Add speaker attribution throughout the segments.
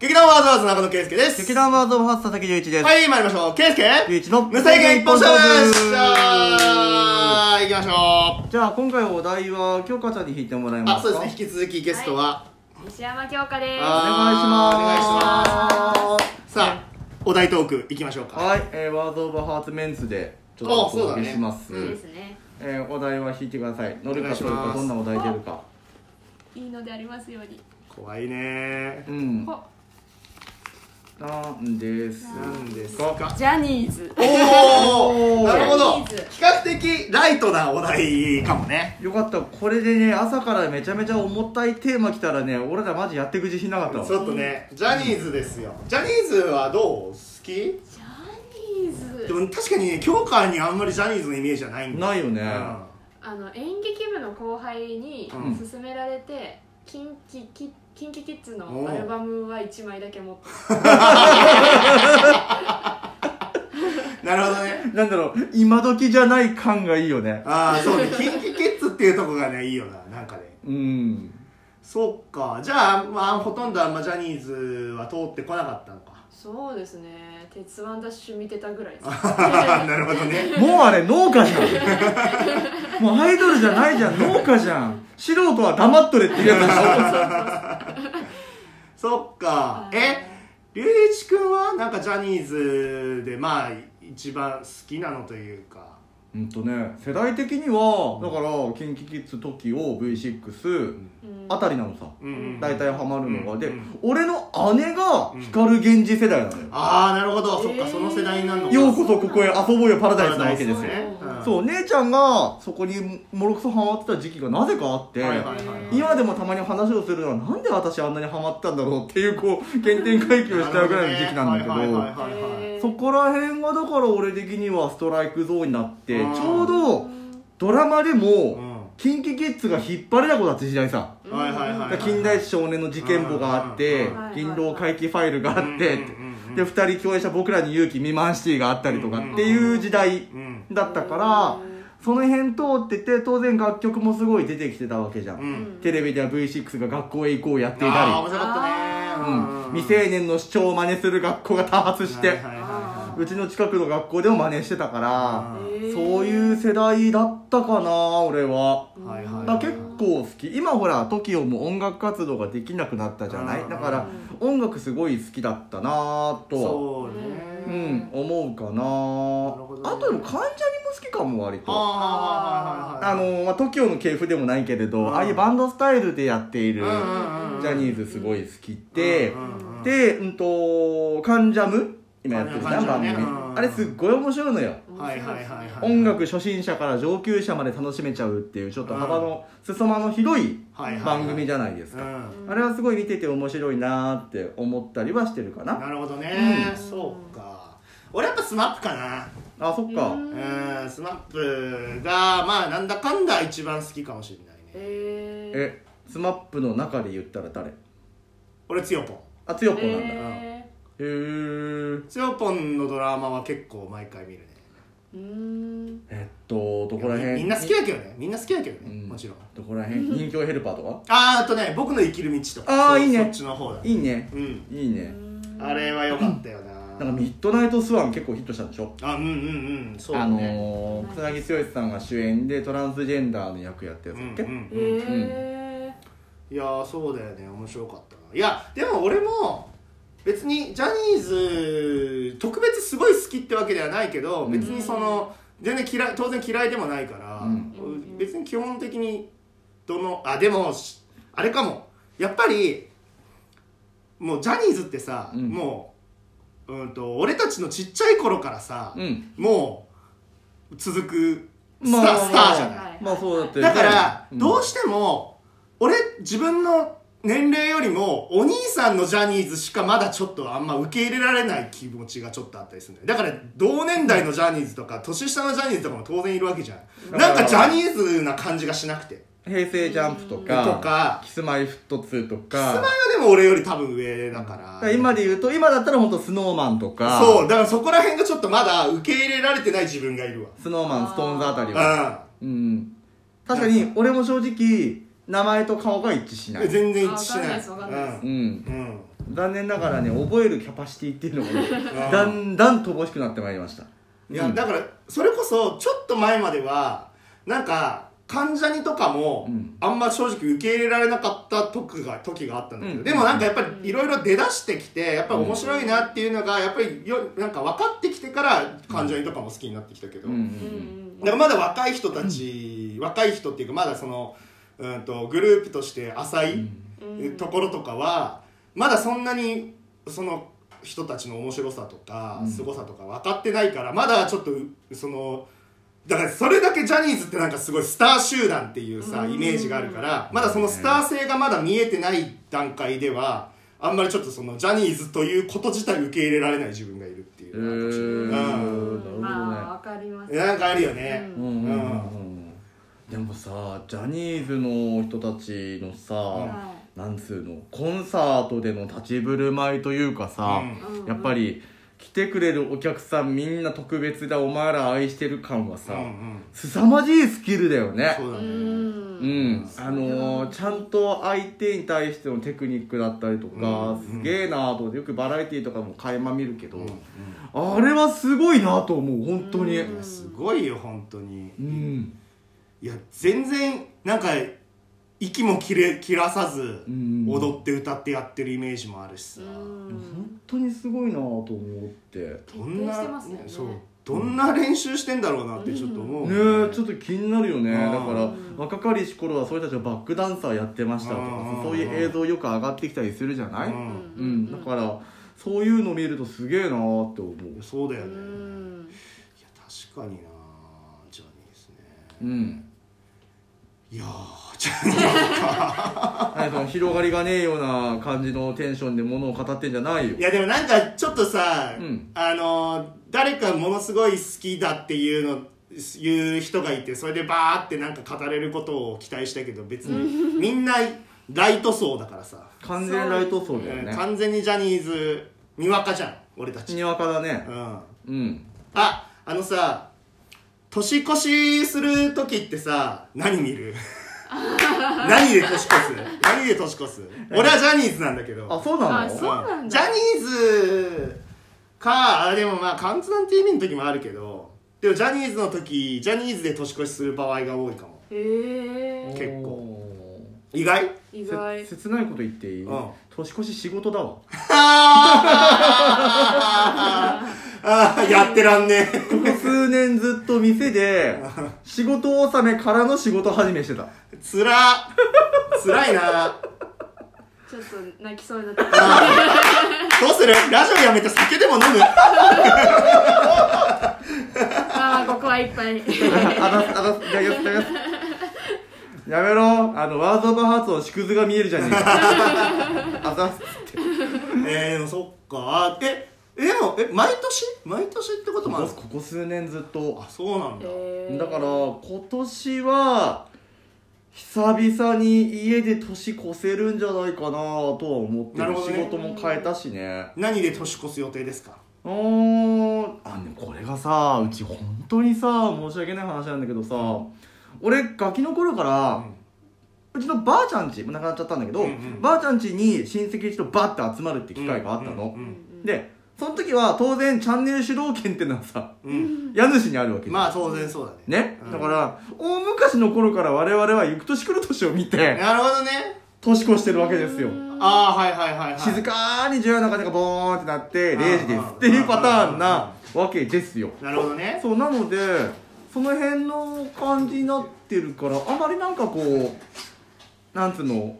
Speaker 1: 劇団ワードワーズ中野圭介です。
Speaker 2: 劇団ワードオブハウス佐々木隆一です。
Speaker 1: はい、参りましょう。圭介
Speaker 2: 隆一の
Speaker 1: 無制限一本勝負よっしゃ
Speaker 2: ゃ
Speaker 1: ー行きましょう。
Speaker 2: じゃあ今回お題は京香ちゃんに引いてもらえま
Speaker 1: あ、
Speaker 2: すか
Speaker 1: そうですね。引き続きゲストは、
Speaker 3: 西山京香です。
Speaker 1: あ
Speaker 2: あーお願いします
Speaker 3: お願いし
Speaker 1: さあ、お題トーク行きましょうか。
Speaker 2: はい、えー、ワードオブハーツメンズでちょっと
Speaker 1: あ
Speaker 2: お
Speaker 1: そうだね
Speaker 2: 届けします、
Speaker 1: うん
Speaker 3: ですね。
Speaker 2: えーお題は引いてください乗る
Speaker 1: お願
Speaker 2: か
Speaker 1: いし
Speaker 2: 取る
Speaker 1: ま
Speaker 2: か
Speaker 1: す
Speaker 2: どんなお題出るか
Speaker 3: いいのでありますように。
Speaker 1: 怖いね
Speaker 2: うん
Speaker 3: ほ
Speaker 2: なんです
Speaker 1: ー。なんですか
Speaker 3: ジャニーズ。
Speaker 1: おー
Speaker 2: おー
Speaker 1: なるほど。
Speaker 3: ジャニーズ
Speaker 1: 比較的ライトなお題かもね。
Speaker 2: よかったこれでね朝からめちゃめちゃ重たいテーマ来たらね俺らマジやってく自信なかったわ
Speaker 1: ちょっとね、ジャニーズですよ。ジャニーズはどう好き
Speaker 3: ジャニー
Speaker 1: で
Speaker 3: ズ。
Speaker 1: も確かにね、教科にあんまりジャニーズのイメージはないんだ
Speaker 2: ないよね、
Speaker 1: うん
Speaker 3: あの演劇部の後輩に
Speaker 1: うん
Speaker 3: 勧められて、キンキキキンキキッズ
Speaker 1: お
Speaker 3: の
Speaker 1: う
Speaker 3: アルバムは一枚だけ持ってる。
Speaker 1: なるほどね。
Speaker 2: なんだろう今時じゃない感がいいよね
Speaker 1: ああそうねキンキキッズっていうとこがねいいよななんかね
Speaker 2: うん
Speaker 1: そっかじゃあ,、まあほとんどあんまジャニーズは通ってこなかったのか
Speaker 3: そうですね。鉄腕ダッシュ見てたぐらいです。
Speaker 1: なるほどね
Speaker 2: もうあれ農家じゃんもうアイドルじゃないじゃん農家じゃん素人は黙っとれっていうやつでし
Speaker 1: そっか
Speaker 3: はい
Speaker 1: え龍一君はなんかジャニーズでまあ一番好きなのというか
Speaker 2: ょうんとね世代的にはだから KinKiKids 時を V6
Speaker 3: うん
Speaker 2: あたりなのさ
Speaker 1: うんうん
Speaker 2: 大体ハマるのが、
Speaker 1: うん
Speaker 2: で、
Speaker 1: うん
Speaker 2: 俺の姉が光源氏世代なのよ、
Speaker 1: ああなるほどそっか
Speaker 3: えー
Speaker 1: その世代になるのか
Speaker 2: ようこそここへ遊ぼうよパラダイスなわけですよ、
Speaker 3: パラダイ
Speaker 1: ねうん
Speaker 2: そう姉ちゃんがそこにもろくそハマってた時期がなぜかあって、
Speaker 1: はいはいはいはい
Speaker 2: 今でもたまに話をするのはなんで私あんなにハマったんだろうっていうこう原点回帰をしちゃうぐらいの時期なんだけど、
Speaker 1: はいはいはいはいはい
Speaker 3: へー
Speaker 2: そこら辺がだから俺的にはストライクゾーンになって
Speaker 1: うん
Speaker 2: ちょうどドラマでも KinKiKids が引っ張れだこだって時代さ
Speaker 3: うん
Speaker 1: はいはいはい
Speaker 2: だから近代一少年の事件簿があって
Speaker 1: うん
Speaker 2: 銀狼回帰ファイルがあってってで
Speaker 1: で
Speaker 2: 2人共演した僕らに勇気未満シティがあったりとかっていう時代
Speaker 1: うん
Speaker 2: だったからその辺通ってて当然楽曲もすごい出てきてたわけじゃ
Speaker 1: うんん
Speaker 2: テレビでは V6 が学校へ行こうやっていたり
Speaker 1: ああ面白かったね
Speaker 2: うん未成年の主張を真似する学校が多発して、
Speaker 1: はいはいはいは
Speaker 2: うちの近くの学校でも真似してたから、
Speaker 1: うん
Speaker 3: へー
Speaker 2: そういう世代だったかな俺は。
Speaker 1: いはいはい
Speaker 2: だから結構好き今ほら TOKIO も音楽活動ができなくなったじゃな
Speaker 1: う
Speaker 2: い
Speaker 1: ん
Speaker 2: だから音楽すごい好きだったなぁとは
Speaker 1: そうね
Speaker 2: う
Speaker 3: うん
Speaker 2: ん思うかな
Speaker 1: るほど
Speaker 2: ぁ
Speaker 1: ね
Speaker 2: あとでも関ジャニも好きかも割と
Speaker 1: ああ
Speaker 2: あのーまあ TOKIO の系譜でもないけれど、
Speaker 1: うん
Speaker 2: ああいうバンドスタイルでやっている
Speaker 1: うんうんうん
Speaker 2: ジャニーズすごい好きで、
Speaker 1: うんうんうん
Speaker 2: で、うんと、カンジャム今やってるじゃん、
Speaker 1: カン
Speaker 2: 番
Speaker 1: ジャムね
Speaker 2: 組
Speaker 1: う。ん
Speaker 2: あれすっごい面白いのよ。
Speaker 1: はいはいはいはい
Speaker 2: 音楽初心者から上級者まで楽しめちゃうっていう、ちょっと幅の、裾間の広い
Speaker 1: はいはいはい
Speaker 2: 番組じゃないです
Speaker 1: う
Speaker 2: か。
Speaker 1: ん
Speaker 2: あれはすごい見てて面白いなーって思ったりはしてるかな。
Speaker 1: なるほどね
Speaker 3: うん
Speaker 1: そうか俺やっぱスマップかな
Speaker 2: あ、そっか。
Speaker 3: うん
Speaker 1: うんスマップがまあなんだかんだ一番好きかもしれないね
Speaker 3: えー
Speaker 2: え、スマップの中で言ったら誰
Speaker 1: 俺つよぽん
Speaker 2: あ、つよぽなんだ。へ
Speaker 3: え
Speaker 2: ー。
Speaker 1: つよぽんのドラマは結構毎回見るね
Speaker 3: ーうーん
Speaker 2: えっと、どこら辺
Speaker 1: みんな好きだけどねみんな好きだけど
Speaker 2: う
Speaker 1: ねもちろん
Speaker 2: どこら辺人形ヘルパーとか
Speaker 1: あーあとね僕の生きる道とか
Speaker 2: あ
Speaker 1: そ
Speaker 2: ーいいね
Speaker 1: そっちの方だ
Speaker 2: いいね。
Speaker 1: うん
Speaker 2: いいね。
Speaker 1: あれは良かったよな
Speaker 2: なんかミッドナイトスワン結構ヒットしたんでしょ
Speaker 1: あうんうんうんそう
Speaker 2: あ
Speaker 1: だね
Speaker 2: のー、草薙剛さんが主演でトランスジェンダーの役やってる
Speaker 1: うんん
Speaker 2: で
Speaker 1: う
Speaker 2: す
Speaker 1: ん
Speaker 2: っけ、
Speaker 3: え
Speaker 1: うんい
Speaker 3: ー
Speaker 1: やーそうだよね面白かったないやでも俺も別にジャニーズ特別すごい好きってわけではないけど、
Speaker 2: うん
Speaker 1: 別にその全然嫌い当然嫌いでもないから、
Speaker 2: うん
Speaker 3: うん
Speaker 1: 別に基本的にどのあでもしあれかもやっぱりもうジャニーズってさ、
Speaker 2: うん
Speaker 1: もう、うん、と俺たちのちっちゃい頃からさ、
Speaker 2: うん
Speaker 1: もう続くスタ,、
Speaker 2: まあ
Speaker 1: スターじゃない
Speaker 3: はい
Speaker 2: まあそうだって
Speaker 1: だから、
Speaker 2: うん
Speaker 1: どうしても俺自分の年齢よりもお兄さんのジャニーズしかまだちょっとあんま受け入れられない気持ちがちょっとあったりするんだよだから同年代のジャニーズとか年下のジャニーズとかも当然いるわけじゃん
Speaker 2: うん
Speaker 1: なんかジャニーズな感じがしなくて
Speaker 2: 平成ジャンプと
Speaker 1: と
Speaker 2: か
Speaker 1: か
Speaker 2: キスマイフット2と
Speaker 1: キスマイは
Speaker 2: か
Speaker 1: でも俺より多分上だから
Speaker 2: だから今で言うと今だったら本当スノーマンとか
Speaker 1: そうだからそこら辺がちょっとまだ受け入れられてない自分がいるわ
Speaker 2: スノーマンストーンズあたりは
Speaker 1: う
Speaker 2: うん確かに俺も正直名前と顔が一致しなんい
Speaker 1: 全然一致し
Speaker 3: あわかんな
Speaker 1: ないい
Speaker 3: ですわかんない
Speaker 2: う
Speaker 3: で
Speaker 2: ん
Speaker 1: うんうん
Speaker 2: 残念ながらね覚えるキャパシティっていうのがね
Speaker 1: あー
Speaker 2: だんだん乏しくなってまいりました
Speaker 1: いや、
Speaker 2: うん
Speaker 1: だからそれこそちょっと前まではなんか関ジャニとかも
Speaker 2: うん
Speaker 1: あんま正直受け入れられなかった時が時があったんだけど、
Speaker 2: うん
Speaker 1: でもなんかやっぱりいろいろ出だしてきてやっぱり面白いなっていうのがやっぱりよなんか分かってきてから関ジャニとかも好きになってきたけど、
Speaker 2: うん
Speaker 3: うんうん
Speaker 1: だからまだ若い人たち、若い人っていうかまだその、うん、とグループとして浅い
Speaker 3: うん
Speaker 1: ところとかは、まだそんなにその人たちの面白さとか
Speaker 2: うん
Speaker 1: 凄さとか分かってないからまだちょっとそのだからそれだけジャニーズってなんかすごいスター集団っていうさ
Speaker 3: うん
Speaker 1: イメージがあるからまだそのスター性がまだ見えてない段階ではあんまりちょっとそのジャニーズということ自体受け入れられない自分がいるっていう
Speaker 2: うーん
Speaker 1: な
Speaker 2: なる
Speaker 1: んか
Speaker 2: ほどね
Speaker 3: まあわかります
Speaker 1: ちょっとうんなんかあるよね。
Speaker 3: うん
Speaker 2: うんうんうんうんでもさジャニーズの人たちのさ、
Speaker 3: は
Speaker 2: なんつうのコンサートでの立ち振る舞いというかさ、
Speaker 1: うん
Speaker 3: いうん
Speaker 2: やっぱり来てくれるお客さんみんな特別だお前ら愛してる感はさ、
Speaker 1: うんうん
Speaker 2: 凄まじいスキルだよね
Speaker 1: そう
Speaker 3: う
Speaker 1: だね
Speaker 2: うんんあのーちゃんと相手に対してのテクニックだったりとか、
Speaker 1: うん
Speaker 2: すげえなーと思ってよくバラエティーとかも垣間見るけど、
Speaker 1: うん
Speaker 2: あれはすごいなと思う本当に
Speaker 1: いやすごいよ本当に
Speaker 2: うん
Speaker 1: いや全然なんか息も切れ切らさず
Speaker 2: うん
Speaker 1: 踊って歌ってやってるイメージもあるしさ
Speaker 3: う
Speaker 2: 本
Speaker 3: ん
Speaker 2: 当にすごいなと思ってね
Speaker 1: どん
Speaker 3: 徹底
Speaker 1: な
Speaker 3: してますよね
Speaker 1: そうどんな練習してんだろうなってちょっと思う
Speaker 2: えちょっと気になるよね
Speaker 1: う
Speaker 2: だ
Speaker 1: ん
Speaker 2: から若かりし頃はそういう人たちがバックダンサーやってましたとか
Speaker 1: うん
Speaker 2: そういう映像よく上がってきたりするじゃな
Speaker 1: う
Speaker 2: い
Speaker 1: ん
Speaker 2: うんだからそういうの見るとすげえなって思う
Speaker 1: そうだ
Speaker 3: う
Speaker 1: よね
Speaker 3: ん
Speaker 1: いや確かになジャニーズ
Speaker 2: う
Speaker 1: ね
Speaker 2: ん
Speaker 1: いやージャニー
Speaker 2: なんかその広がりがねえような感じのテンションで物を語ってんじゃないよ
Speaker 1: いやでもなんかちょっとさ、
Speaker 2: うん
Speaker 1: あの誰かものすごい好きだっていうのいう人がいてそれでバーってなんか語れることを期待したけど別にみんなライト層だからさ、
Speaker 2: 完全ライト層だよ
Speaker 1: うん
Speaker 2: ね
Speaker 1: 完全にジャニーズにわかじゃん俺たち、
Speaker 2: にわかだ
Speaker 1: う
Speaker 2: ね
Speaker 1: ん、
Speaker 2: うん
Speaker 1: ああのさ年越しする時ってさ何見 る何で年越す何で年越す俺はジャニーズなんだけど
Speaker 2: あそうな
Speaker 3: あ
Speaker 2: の
Speaker 3: そうなん
Speaker 1: ジ
Speaker 3: だ
Speaker 1: ャニーズかあでもまあ「カンツダン TV」の時もあるけどでもジャニーズの時ジャニーズで年越しする場合が多いかも
Speaker 3: へえ
Speaker 1: 結構
Speaker 2: 構
Speaker 1: 意外
Speaker 3: 意
Speaker 2: せ
Speaker 3: 外
Speaker 2: 切ないこと言っていい、
Speaker 1: うん
Speaker 2: 年越し仕事だわ
Speaker 1: あーやってらんね
Speaker 2: ここ数年ずっと店で 仕事納めからの仕事始めしてた
Speaker 1: えつらつらいな
Speaker 3: ちょっと泣きそうに なった
Speaker 1: どうするラジオやめて酒でも飲む
Speaker 3: ああここはいっぱ い
Speaker 2: あだすあだすいただきますいただきますやめろあのワード・オブ・ハーツの縮図が見えるじゃねえ かあざっすって
Speaker 1: えー、でもそっかええでもえ毎年毎年ってこと
Speaker 2: こ
Speaker 1: もある
Speaker 2: こここ数年ずっと
Speaker 1: あそうなんだ
Speaker 3: へー
Speaker 2: だから今年は久々に家で年越せるんじゃないかなとは思って
Speaker 1: なる
Speaker 2: る
Speaker 1: ほどね
Speaker 2: 仕事も変えたしね
Speaker 1: 何で年越す予定ですか
Speaker 2: うーんあでもこれがさうち本当にさ申し訳ない話なんだけどさ俺ガキの頃から、うちのばあちゃんちもう亡くなっちゃったんだけど、
Speaker 1: うんうん
Speaker 2: ばあちゃんちに親戚一同バッて集まるって機会があっ
Speaker 1: うんうん
Speaker 2: たの、
Speaker 3: うんうん
Speaker 2: でその時は当然チャンネル主導権ってのはさ
Speaker 1: うん、
Speaker 2: 家主にあるわけじゃん
Speaker 1: まあ当然そうだね
Speaker 2: ね、
Speaker 1: うん
Speaker 2: だから大昔の頃から我々は翌年来る年を見て
Speaker 1: なるほどね
Speaker 2: 年越してるわけですよ
Speaker 3: うん
Speaker 1: ああはいはいはい、はい、
Speaker 2: 静かに除夜の鐘がボーンってなって
Speaker 1: うん
Speaker 2: 0時ですっていうパターンなわけですよ
Speaker 1: なるほどね
Speaker 2: そうなのでその辺の感じになってるからあまりなんかこうなんつうの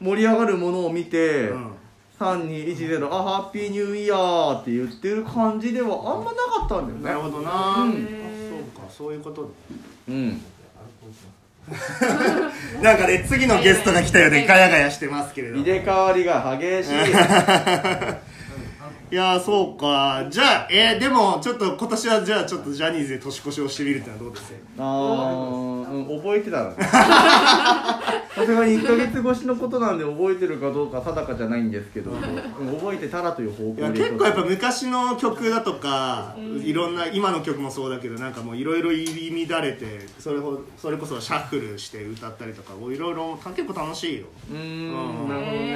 Speaker 2: 盛り上がるものを見て、
Speaker 1: うん
Speaker 2: 3210あハッピーニューイヤーって言ってる感じではあんまなかったんだ
Speaker 1: なる
Speaker 2: よね
Speaker 1: ほどな、
Speaker 2: うん
Speaker 1: あそうかそういうことね
Speaker 2: うん
Speaker 1: なんかね次のゲストが来たよ
Speaker 3: は
Speaker 1: ね
Speaker 3: い
Speaker 1: ガヤガヤしてますけれども
Speaker 2: 入
Speaker 1: い
Speaker 2: れ替わりが激しい
Speaker 1: やーそうかじゃあえー、でもちょっと今年はじゃあちょっとジャニーズで年越しをしてみるってのはどうです
Speaker 2: あー、うん、覚えてた のねさすがに1ヶ月越しのことなんで覚えてるかどうか定かじゃないんですけど、うん覚えてたらという方向
Speaker 1: い
Speaker 2: で
Speaker 1: や結構やっぱ昔の曲だとか、いろんな今の曲もそうだけどなんかもういろいろ入り乱れてそれほそれこそシャッフルして歌ったりとかいろいろ結構楽しいよ
Speaker 2: うーん
Speaker 1: うん
Speaker 2: なるほどね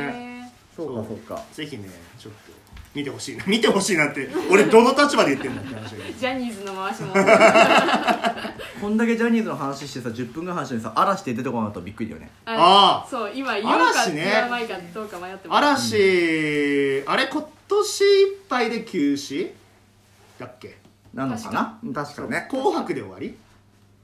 Speaker 3: へ
Speaker 2: そうかそうか
Speaker 1: ぜひねちょっと見てほしいな 見てほしいなって俺どの立場で言ってんだって話だけど
Speaker 3: ジャニーズの回し も
Speaker 2: こんだけジャニーズの話してさ10分ぐらい話してさ嵐って出てこなかったらびっくりだよね
Speaker 1: あー
Speaker 3: そう今言おうか
Speaker 1: 嵐ね
Speaker 3: 言わないかどうか迷ってます
Speaker 1: 嵐、あれ今年いっぱいで休止だっけ
Speaker 2: なのかな確かね
Speaker 1: 紅白で終わり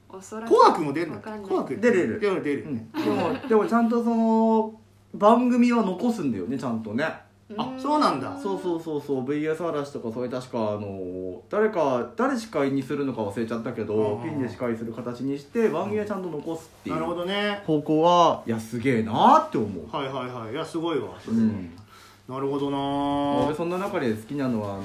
Speaker 3: おそらく
Speaker 1: 紅白も出るの
Speaker 3: わかんない
Speaker 1: 紅白
Speaker 2: 出れる
Speaker 1: 出る出るよ
Speaker 2: う
Speaker 1: ね、
Speaker 2: んでもでもちゃんとその番組は残すんだよねちゃんとね
Speaker 1: あそうなんだ
Speaker 2: そうそうそうそう VS 嵐とかそれ確かあの誰か誰司会にするのか忘れちゃったけど
Speaker 1: あー
Speaker 2: ピンで司会する形にして番組はちゃんと残すってい
Speaker 1: なるほ
Speaker 2: う
Speaker 1: どね
Speaker 2: 方向はいやすげえなーって思う
Speaker 1: はいはいはいいやすごいわそれは
Speaker 2: うん
Speaker 1: なるほどな
Speaker 2: 俺
Speaker 1: ー
Speaker 2: そんな中で好きなのはあの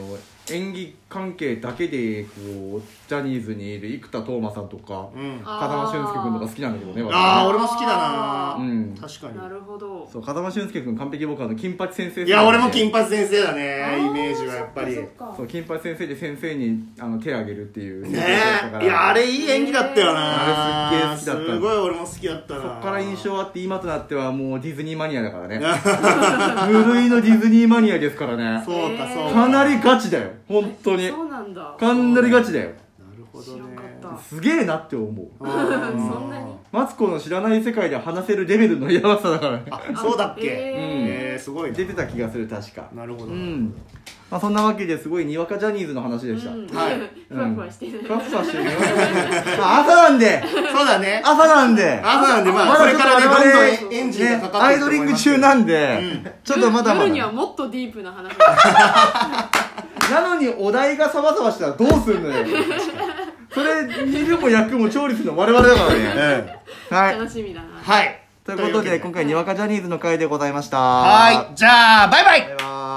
Speaker 2: 演技関係だけでこうジャニーズにいる生田斗真さんとか
Speaker 1: うん
Speaker 3: あ
Speaker 2: 風間俊介君とか好きなんだけどね
Speaker 1: あー
Speaker 2: 私
Speaker 1: 俺も好きだな
Speaker 3: あー
Speaker 1: ー
Speaker 2: うん
Speaker 1: 確かに
Speaker 3: なるほど
Speaker 2: そう風間俊介君完璧僕あの金八先生
Speaker 1: いや俺も金
Speaker 2: 八
Speaker 1: 髪先生だ
Speaker 3: あ
Speaker 1: ね
Speaker 3: ー
Speaker 1: イメージはやっぱり
Speaker 3: そ
Speaker 1: ね
Speaker 3: っかそっか
Speaker 2: そう金八先生で先生にあの手あげるっていう
Speaker 1: えいやあれいい演技だったよな
Speaker 2: あれすっげえ好きだった
Speaker 1: すごい俺も好きだったな
Speaker 2: そっから印象あって今となってはもうディズニーマニア だからね
Speaker 1: あ
Speaker 2: 無類のディズニーマニアですからね
Speaker 1: そうか
Speaker 3: えー
Speaker 1: そう
Speaker 2: かなりガチだよ本当に
Speaker 3: そうなんだ
Speaker 2: かなりガチだよ
Speaker 1: なるほどね
Speaker 3: 知らんかっ
Speaker 2: すげえなって思う
Speaker 1: あー
Speaker 3: そんなに
Speaker 2: マツコの知らない世界で話せるレベルのやばさだからね
Speaker 1: あそうだっけ
Speaker 2: うん
Speaker 3: えー
Speaker 1: えーすごいな
Speaker 2: 出てた気がする確か
Speaker 1: なるほ
Speaker 2: う
Speaker 1: ど
Speaker 2: ん、まあ、そんなわけですごいにわかジャニーズの話でした、
Speaker 3: うん
Speaker 1: はい
Speaker 3: ふわふわしてる
Speaker 2: ふわふわしてるねまあ朝なんで
Speaker 1: そうだね
Speaker 2: 朝なんで
Speaker 1: あそうなんでま
Speaker 2: ま
Speaker 1: あ
Speaker 2: だ
Speaker 1: これからね
Speaker 2: ちょっと
Speaker 1: どん
Speaker 2: 我々
Speaker 1: どんエンジン
Speaker 2: ね
Speaker 1: がか、かっ
Speaker 2: ア
Speaker 1: て
Speaker 2: イ
Speaker 1: ると
Speaker 2: ドリ
Speaker 1: 思い
Speaker 2: ング
Speaker 1: ますけ
Speaker 2: 中
Speaker 1: ど
Speaker 2: なんで、
Speaker 1: うん
Speaker 2: ちょっとまだまだ
Speaker 3: 夜にはもっとディープな話が
Speaker 2: なのにお題がサバサバしたらどうすんの よそれ煮るも焼くも調理するの我々 だからね
Speaker 1: うん
Speaker 2: はい
Speaker 3: 楽しみだな
Speaker 1: はい
Speaker 2: ということで今回にわかジャニーズの回でございました
Speaker 1: はいじゃあバイバイ
Speaker 2: バイバイ